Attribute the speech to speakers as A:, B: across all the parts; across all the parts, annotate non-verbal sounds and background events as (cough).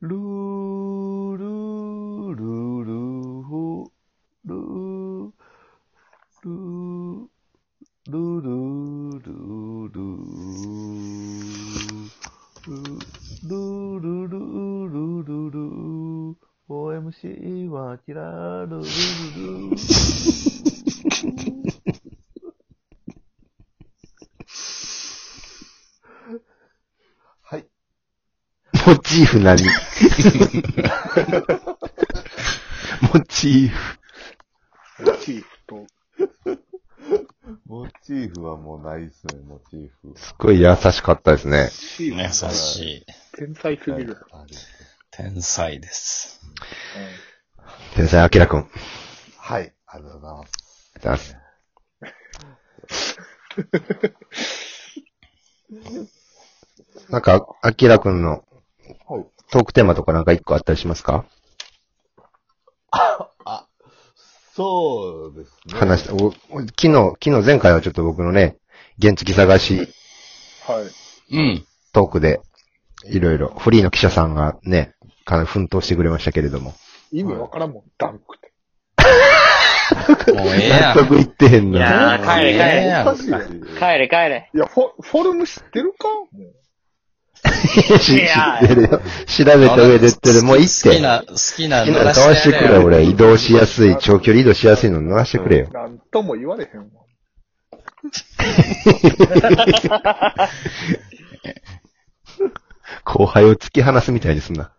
A: ルールールールーフルールールールールールールールールールールールールー OMC はキラールールールーはい。
B: モチーフ何 (laughs) モチーフ。
C: モチーフと、
A: モチーフはもうないですね、モチーフ。
B: すっごい優しかったですね。
C: シー
D: 優
C: フが
D: しい。
C: 天才すぎる。
D: 天才です。
B: 天才アキラくん。ありがと
A: はい、ありがとうございます。
B: うございます。なんか、アキラくんの
A: はい。
B: トークテーマとかなんか一個あったりしますか
A: あ、そうですね。
B: 話した。おお昨日、昨日前回はちょっと僕のね、原付探し
C: はい。
D: うん。
B: トークで、いろいろ、フリーの記者さんがね、かなり奮闘してくれましたけれども。
C: 意味わからんもん、ダンクって。
D: もうええや
B: 納 (laughs)
D: ん。
B: 得いってへんの
E: い
B: に。
E: やー
D: もう
E: 帰れ
D: ええ
E: 帰れ
D: やん
A: おかしい
E: 帰れ帰れ。
C: いや、フォフォルム知ってるかもう。
B: 知 (laughs) 知ってるよ。調べた上で言ってる。もういいって。
D: 好きな、好きな
B: 好き
D: の
B: なの
D: ら
B: かわしてくれ、
D: やれよ
B: 俺。移動しやすい、長距離移動しやすいの乗らしてくれよ。
C: なんとも言われへんわ。
B: 後輩を突き放すみたいにすんな。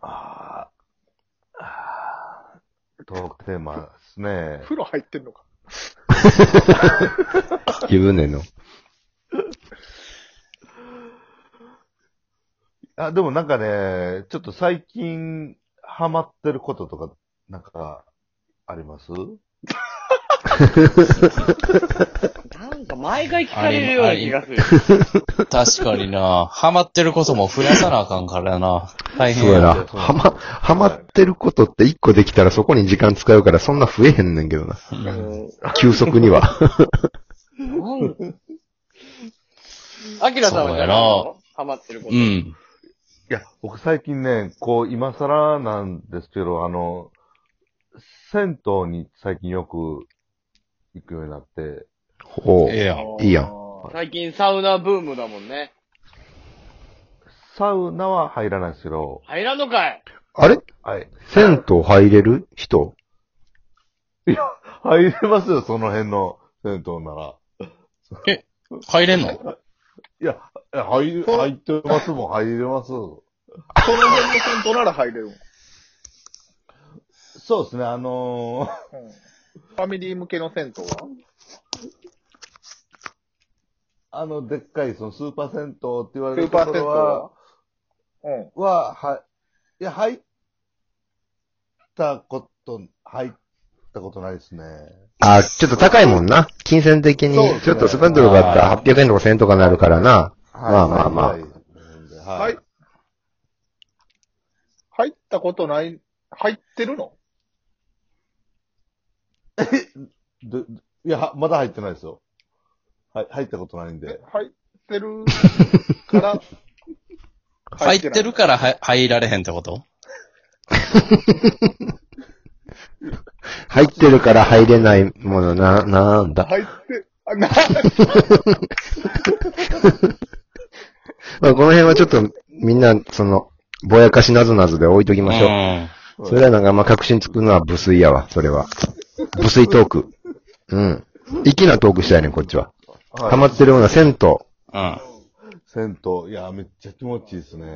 A: あーあー。トークテーマですね。
C: 風呂入ってんのか。
B: 湯船の。
A: あ、でもなんかね、ちょっと最近ハマってることとか、なんか、あります
E: なんか毎回聞かれるような気がする。
D: 確かにな。ハマってることも増やさなあかんからな。大
B: そ
D: 変
B: うや
D: や。
B: な。はま、はまってることって一個できたらそこに時間使うからそんな増えへんねんけどな。
D: うん
B: 急速には。
E: アキラさんはじゃあ
D: そ
E: ハマってること。
D: うん。
A: いや、僕最近ね、こう、今更なんですけど、あの、銭湯に最近よく行くようになって、
B: ほう。
D: ええやん。
C: あー
B: いいやん
E: 最近サウナブームだもんね。
A: サウナは入らないですけど、
E: 入らんのかい
B: あれ
A: はい。
B: 銭湯入れる人
A: 入れますよ、その辺の銭湯なら。
D: 入れんの
A: いや、え入、入ってますもん、入れます。
C: その辺の戦闘なら入れるもん。うん
A: そうですね、あのー、
C: ファミリー向けの銭湯は
A: あの、でっかい、その、スーパー銭湯って言わ
C: ス
A: れる
C: ー
A: と
C: パー
A: こ
C: 銭湯
A: ろは
C: は、うん。
A: は、は、いや、入ったこと、入ったことないですね。
B: あ、ちょっと高いもんな。金銭
A: そ
B: 的
A: うで
B: に。
A: すね
B: ちょっとスパンドルがあったら800円とか1000円とかなるからな。まあまあまあ
A: はい。は
C: はいい。。入ったことない、入ってるの
A: でいや、まだ入ってないですよ。はい、入ったことないんで。
C: 入ってるから、
D: 入ってる
C: か
D: からは入られへんってこと
B: 入ってるから入れないものな、なんだ。
C: 入って、あ、な、 (laughs)
B: まあ、この辺はちょっとみんな、その、ぼやかしなぞなぞで置いとき
D: う
B: ましょう。
D: ん。
B: それはなんか、まあ、確信つくのは無粋やわ、それは。無粋トーク。うん。粋なトークしたいねん、こっちは。
A: は
B: ハマってるような銭湯。ど
D: うん。
A: 銭湯、いや、めっちゃ気持ちいいですね。
B: う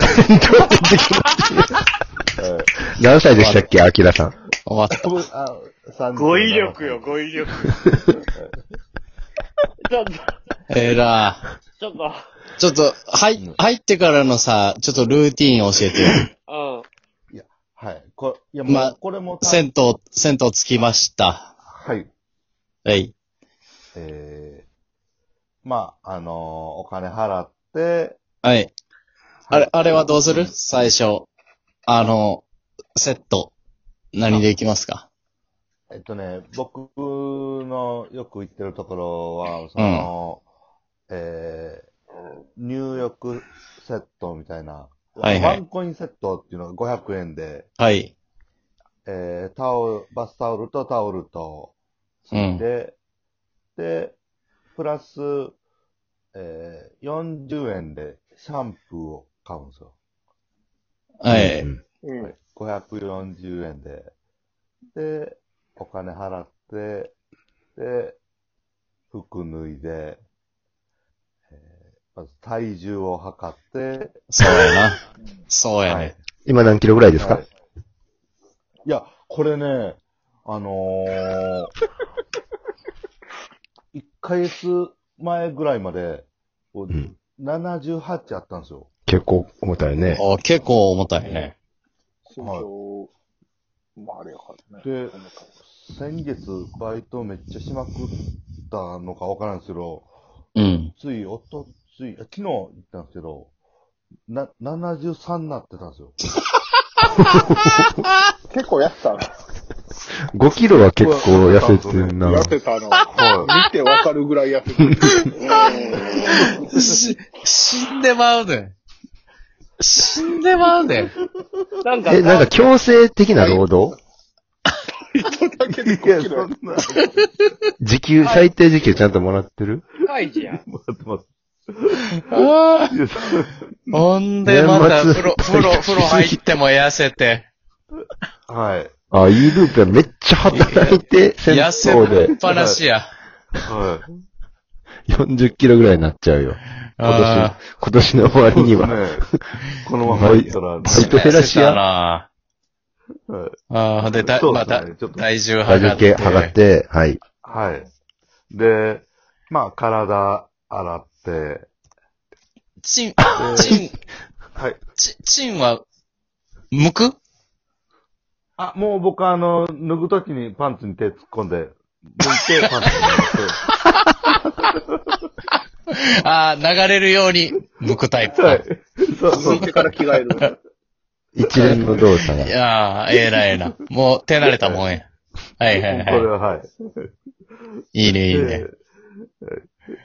B: やってできた
A: はい。
B: 何歳でしたっけ、アキラさん。
D: 終わった。
A: 僕あ30
E: 語彙力よ、語彙力。 (laughs) ちょっと、
D: えら
E: ちょっと、
D: ちょっと、はい、入ってからのさ、ちょっとルーティーン教えてよ。
E: うん。
A: はい。こいや、
D: ま
A: も
D: あ
A: う、これも、
D: 銭湯、銭湯着きました。
A: はい。
D: はい。
A: えー、まあ、あのーお金払って、
D: はい。あれ、あれはどうする最初。あの、セット。何でいきますか
A: えっとね、僕のよく行ってるところは、その、えー入浴セットみたいな、
D: はいはい
A: ワンコインセットっていうのが500円で、
D: はい。
A: えータオル、バスタオルとタオルと、
D: うん。
A: で、で、プラス、えー40円でシャンプーを買うんですよ。
D: はい。
C: うん。
A: 540円で、で、お金払って、で、服脱いで、えーまず体重を測って、
D: そうやな。そうやね。
B: 今何キロぐらいですか、
A: はいいや、これね、あのー、1ヶ月前ぐらいまで、こうん78あったんですよ。
B: 結構重たいね。
D: お結構重たいね。
C: 身長、まああれやからね。
A: で、先月バイトめっちゃしまくったのかわからんですけど、
D: うん。
A: つい、おとつい、あ昨日行ったんですけど、な、73になってたんですよ。
C: 結構やってたの。
B: 5キロは結構痩せてんな。
C: やってたの。
A: は
C: 見てわかるぐらいやってた。
D: し、死んでまうね。死んでまうね。
E: なんか、
B: え、なんか強制的な労働
C: だけで
A: (laughs) い。いや、
C: 5キ
A: そ
C: ロやっ
A: んな、
B: 時給、最低時給ちゃんともらってる
E: 高いじゃん。
D: あーほんでまた
B: 年末
D: 風呂、風呂、風呂入っても痩せて。
A: はい。
B: あ、いいループや。めっちゃ働 (laughs) いて、戦
D: 痩せ
B: 争
D: っ
B: で
D: ぱなしや。
A: はい。
B: 40キロぐらいになっちゃうよ。今
D: あ
B: 年、今年の終わりには。 (laughs)
A: ね、このまま行ったら、
B: バイト減らし
D: 痩せた
B: や。
D: な
A: はい
D: ああ、で、だ、
A: そう
D: ま
A: ですね
D: た、
A: ちょっと
D: 体重
B: 体重
D: 測って。
B: 計測って、はい。
A: はい。で、まあ、体洗って、
D: チン、チン、
A: はい。
D: チン、チンは、むく
A: あ、もう僕はあの、脱ぐときにパンツに手突っ込んで、脱いでパンツに
D: ああ、流れるように、むくタイ (laughs) プ。、
A: はいい。そうそう。
C: てから着替える。
B: 一連の動作が。
D: やあ、ええな、ええな。もう、手慣れたもんや。はいはい
A: これ
D: は
A: ははい。
D: い。いいね、いいね。
A: で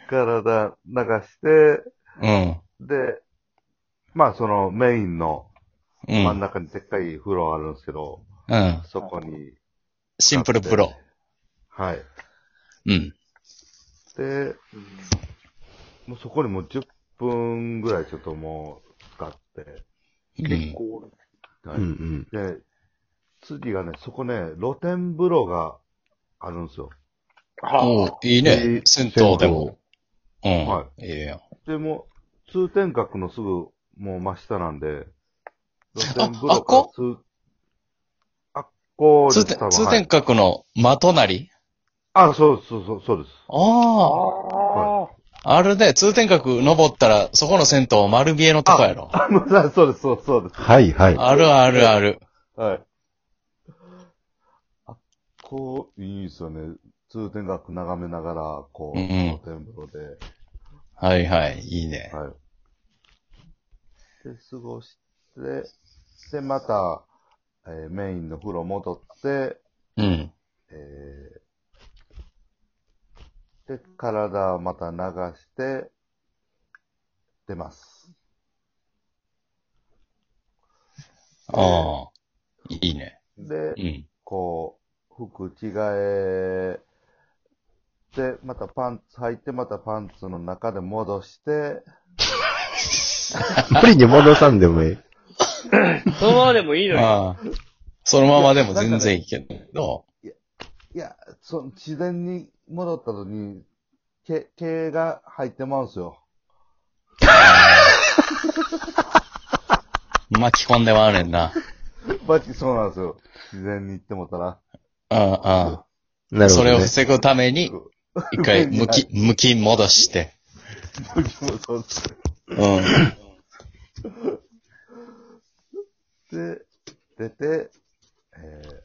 A: 体流して、
D: うん。
A: で、まあそのメインの
D: う
A: 真ん
D: ん。
A: 中にでっかい風呂あるんですけど、
D: うん。
A: そこに、
D: シンプルプロ。
A: はい。
D: うん。
A: で、もうそこにもう10分ぐらいちょっともう使って、
D: うん。
C: こう
A: は
B: う
A: い
B: んうん。
A: で、次がね、そこね、露天風呂があるんですよ。
C: は
D: お
C: あ
D: ういいね。銭湯でも。うん。。
A: はい
D: いやん。
A: でも、通天閣のすぐ、もう真下なんで、露天風
D: あ
A: 呂
D: あっこ
A: 通あっこで
D: 通
A: す
D: 天
A: 多分
D: 通
A: はい
D: 天閣の的隣
A: あ、そうそうそう、そうです。 (laughs)
D: あ
C: あ
D: あ。あれで、通天閣登ったら、そこの銭湯丸見えのとこやろ。
A: あまあそうです、そうそうです。
B: はいはい。
D: あるあるある。
A: はい。あ、こう、いいですよね。通天閣眺めながら、こう、
D: うんうん
A: 露天風呂で、
D: はいはい。いいね。
A: はい。で、過ごして、で、また、えーメインの風呂戻って、
D: うん。
A: えーで、体また流して、出ます。
D: ああ。いいね。
A: で
D: う、ん。
A: こう、服着替えて、またパンツ履いて、またパンツの中で戻して、
B: 無理に戻さんでもいい。
E: そのままでもいいのに。
D: ああ。そのままでも全然いいけど。
A: いや、その自然に戻った時に、毛、毛が入ってまうんすよ。
D: 巻き込んでもあるねんな。
A: バチそうなんですよ。自然に行ってもたら。
D: ああ、あ
B: な
D: あ。
B: るほ
D: それ
B: ど、
D: を
B: ね。
D: 防ぐために、一回、向き、向き戻して。
A: そうです
D: うん。
A: で、出て、えー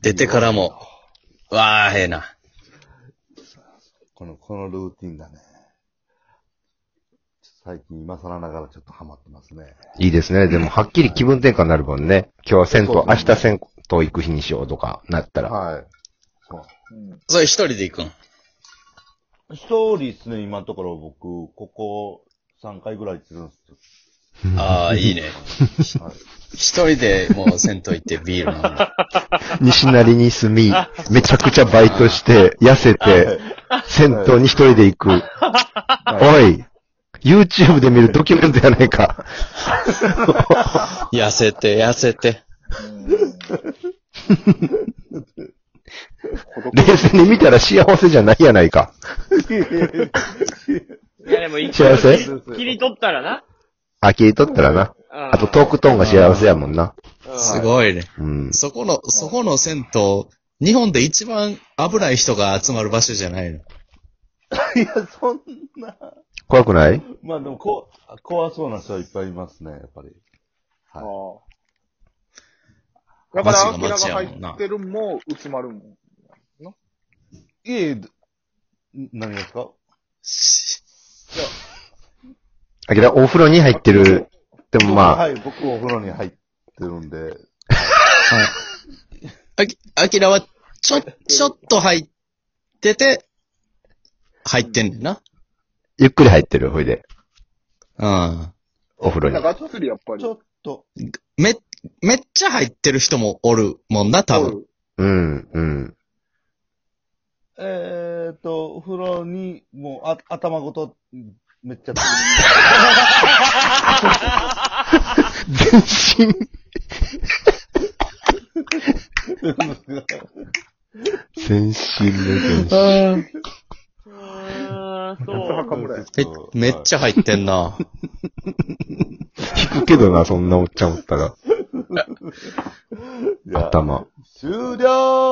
D: 出てからも。わあ、ええな。
A: この、このルーティンがね、最近今更ながらちょっとハマってますね。
B: いいですね。でも、はっきり気分転換になるもんね。今日は銭湯、
A: そう
B: 明日銭遠いく日にしようとかなったら。
A: はい。
C: うん。
D: それ一人で行くん
A: 一人ですね、今のところ僕、ここ3回ぐらい行ってるんですよ。
D: ああ、 (laughs) いいね。
A: はい
D: 一人でもう銭湯行ってビール飲む。
B: 西成に住み、めちゃくちゃバイトして、痩せて、銭湯に一人で行く。おい、YouTube で見るドキュメントやないか。
D: 痩せて、痩せて。
B: 冷静に見たら幸せじゃないやないか。
E: いやでも一
B: 幸せ
E: 回切り取ったらな。
B: あ、聞いとったらな。
E: あ
B: あとトークトーンが幸せやもんな。
D: すごいね。
B: うん。
D: そこの、そこの銭湯、日本で一番危ない人が集まる場所じゃないの。
A: いや、そんな。
B: 怖くない
A: まあでもこ、怖そうな人はいっぱいいますね、やっぱり。は
C: あ
A: い。
C: あ。だから、アキラが
D: 街が街やもんな
C: 入ってるんも、薄まるもん。
A: いえ、ん何がですか
B: あけど、お風呂に入ってる。でもま
A: は
B: あ、
A: い、僕お風呂に入ってるんで。
D: あき、あきらは、ちょ、ちょっと入ってて、入ってんねんな。
B: ゆっくり入ってる、ほいで。
D: うん。
B: お風呂
C: だ
B: に。
C: から、がっつりやっぱり。
A: ちょっと、
D: め、めっちゃ入ってる人もおるもんな、多分。
B: うん、うん。
A: えーっと、お風呂に、もう、あ、頭ごと、めっちゃ、
B: 全身。 (laughs) 全身の全
E: あー、
C: お
E: そう。
C: 墓村や。
D: めめっちゃ入ってん (laughs) な。
B: 身。聞くけどな、そんなおっちゃんおったら。
A: ゃ
B: 頭。
A: 終了